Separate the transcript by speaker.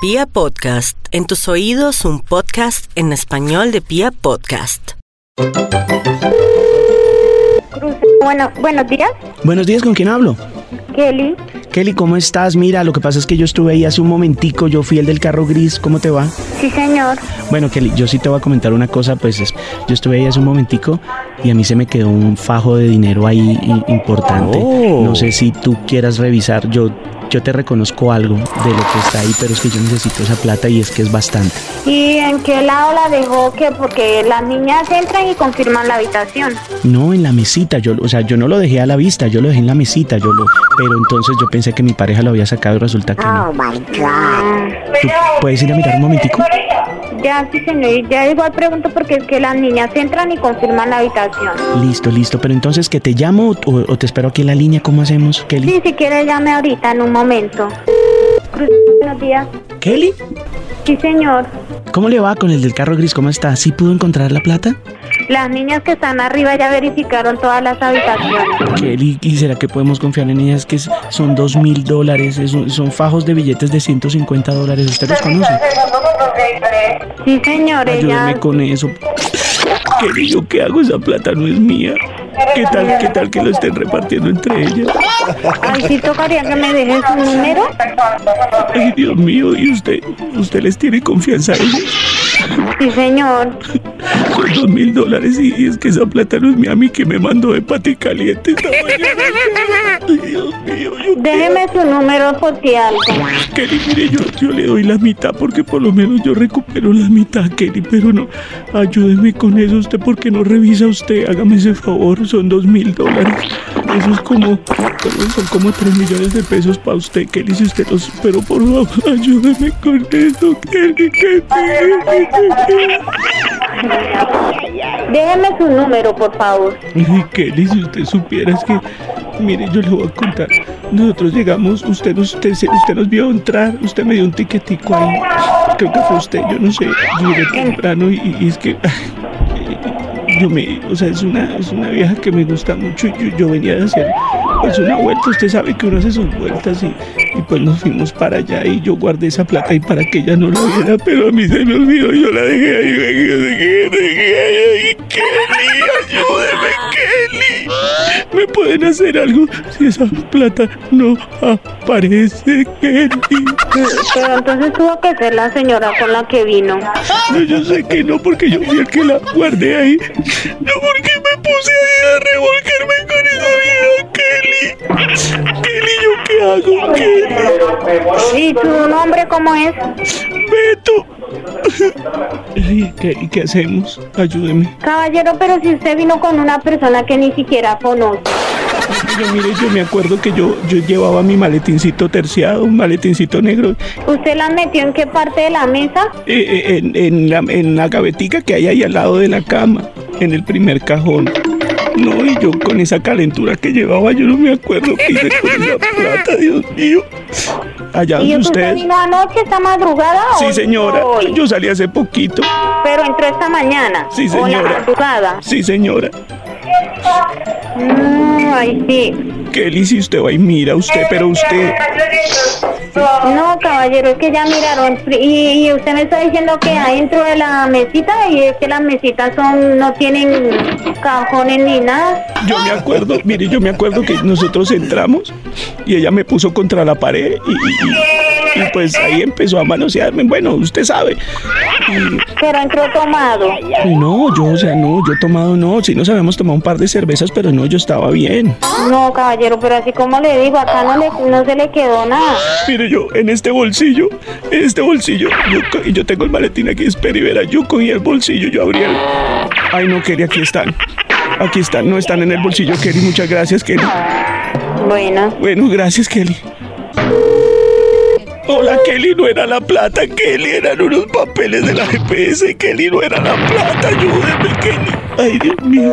Speaker 1: Pia Podcast, en tus oídos un podcast en español de Pia Podcast.
Speaker 2: Cruz, bueno, buenos días,
Speaker 3: Buenos días, ¿con quién hablo?
Speaker 2: Kelly.
Speaker 3: Kelly, ¿cómo estás? Mira, lo que pasa es que yo estuve ahí hace un momentico, yo fui el del carro gris, ¿cómo te va?
Speaker 2: Sí, señor.
Speaker 3: Bueno, Kelly, yo sí te voy a comentar una cosa, pues es- yo estuve ahí hace un momentico y a mí se me quedó un fajo de dinero ahí i- importante. No sé si tú quieras revisar, yo, yo te reconozco algo de lo que está ahí, pero es que yo necesito esa plata y es que es bastante.
Speaker 2: ¿Y en qué lado la dejó? que Porque las niñas entran y confirman la habitación.
Speaker 3: No, en la mesita, yo, o sea, yo no lo dejé a la vista, yo lo dejé en la mesita, yo lo, pero entonces yo pensé que mi pareja lo había sacado y resulta que no. ¿Tú puedes ir a mirar un momentico?
Speaker 2: Ya, sí, señor. Ya igual pregunto porque es que las niñas entran y confirman la habitación.
Speaker 3: Listo, listo. Pero entonces, ¿que te llamo o, o te espero aquí en la línea? ¿Cómo hacemos, Kelly?
Speaker 2: Sí, si quiere llame ahorita en un momento. Cruz, buenos días.
Speaker 3: ¿Kelly?
Speaker 2: Sí, señor.
Speaker 3: ¿Cómo le va con el del carro gris? ¿Cómo está? ¿Sí pudo encontrar la plata?
Speaker 2: Las niñas que están arriba ya verificaron todas las habitaciones.
Speaker 3: Kelly, ¿y será que podemos confiar en ellas que es- son dos mil dólares? es un- Son fajos de billetes de 150 dólares. ¿Usted los conoce?
Speaker 2: Sí, señor. Ella...
Speaker 3: Ayúdeme con eso. Kelly, ¿yo qué hago? Esa plata no es mía. ¿Qué tal, qué tal que lo estén repartiendo entre ellas?
Speaker 2: Ay, sí tocaría que me dejen su número.
Speaker 3: Ay, Dios mío, ¿y usted? ¿Usted les tiene confianza a ellos?
Speaker 2: Sí, señor.
Speaker 3: Son dos mil dólares y y es que esa plata no es mía, a mí que me mandó de pati caliente esta mañana. Ay, Dios mío, yo
Speaker 2: Déjeme su número por si algo.
Speaker 3: Kelly, mire, yo, yo le doy la mitad porque por lo menos yo recupero la mitad, Kelly, pero no, ayúdeme con eso usted porque no revisa usted, hágame ese favor, son dos mil dólares. Eso es como, como- son como tres millones de pesos para usted, Kelly, si usted los, pero por favor, ayúdeme con eso, Kelly, que
Speaker 2: Déjeme su número, por favor.
Speaker 3: Ay, Kelly, si usted supiera, es que, mire, yo le voy a contar. Nosotros llegamos, usted nos, usted, se- usted nos vio entrar, usted me dio un tiquetico ahí. Creo que fue usted, yo no sé. Yo llegué temprano y, y es que. Yo me, o sea, es una, es una vieja que me gusta mucho y yo, yo venía de hacer pues una vuelta, usted sabe que uno hace sus vueltas y, y pues nos fuimos para allá y yo guardé esa plata y para que ella no la viera, pero a mí se me olvidó, yo la dejé ahí, yo la dejé, dejé ahí, Kelly, ayúdeme, Kelly, me pueden hacer algo si esa plata no aparece, Kelly.
Speaker 2: Pero entonces tuvo que ser la señora con la que vino.
Speaker 3: No, yo sé que no, porque yo fui el que la guardé ahí. No, porque me puse ahí a revolcarme con esa vieja Kelly. Kelly, ¿yo qué hago, Kelly?
Speaker 2: ¿Y su nombre cómo es?
Speaker 3: Beto. Ay, Kelly, ¿qué hacemos? Ayúdeme.
Speaker 2: Caballero, pero si usted vino con una persona que ni siquiera conoce.
Speaker 3: Yo, mire, yo me acuerdo que yo, yo llevaba mi maletincito terciado, un maletincito negro,
Speaker 2: ¿Usted la metió en qué parte de la mesa?
Speaker 3: eh, eh, en, en la, en la gavetica que hay ahí al lado de la cama, en el primer cajón. No, y yo con esa calentura que llevaba, yo no me acuerdo qué hice con esa plata, Dios mío.
Speaker 2: ¿Y
Speaker 3: Allá donde
Speaker 2: usted
Speaker 3: ustedes.
Speaker 2: vino anoche, esta madrugada?
Speaker 3: Sí,
Speaker 2: o
Speaker 3: señora.
Speaker 2: hoy?
Speaker 3: Yo salí hace poquito.
Speaker 2: Pero entró esta mañana.
Speaker 3: Sí,
Speaker 2: O la
Speaker 3: señora.
Speaker 2: madrugada.
Speaker 3: Sí, señora.
Speaker 2: Mm, ay, sí.
Speaker 3: Kelly, si usted va y mira usted, pero usted.
Speaker 2: No, caballero, es que ya miraron. Y, y usted me está diciendo que adentro de la mesita y es que las mesitas son no tienen cajones ni nada.
Speaker 3: Yo me acuerdo, mire, yo me acuerdo que nosotros entramos y ella me puso contra la pared y, y- y- y pues ahí empezó a manosearme. Bueno, usted sabe. Y-
Speaker 2: Pero entró tomado.
Speaker 3: Ay, No, yo, o sea, no, yo he tomado no, si nos habíamos tomado un par de cervezas, pero no, yo estaba bien.
Speaker 2: No, caballero, pero así como le digo, acá no, le, no se le quedó nada.
Speaker 3: Mire, yo en este bolsillo, en este bolsillo, yo, co- y yo tengo el maletín aquí, espera y verá, yo cogí el bolsillo, yo abrí el... Ay, no, Kelly, aquí están. Aquí están, no están en el bolsillo, Kelly, muchas gracias, Kelly.
Speaker 2: Bueno,
Speaker 3: Bueno, gracias, Kelly. Hola, Kelly, no era la plata, Kelly, eran unos papeles de la GPS, Kelly, no era la plata, ayúdeme, Kelly. Ay, Dios mío.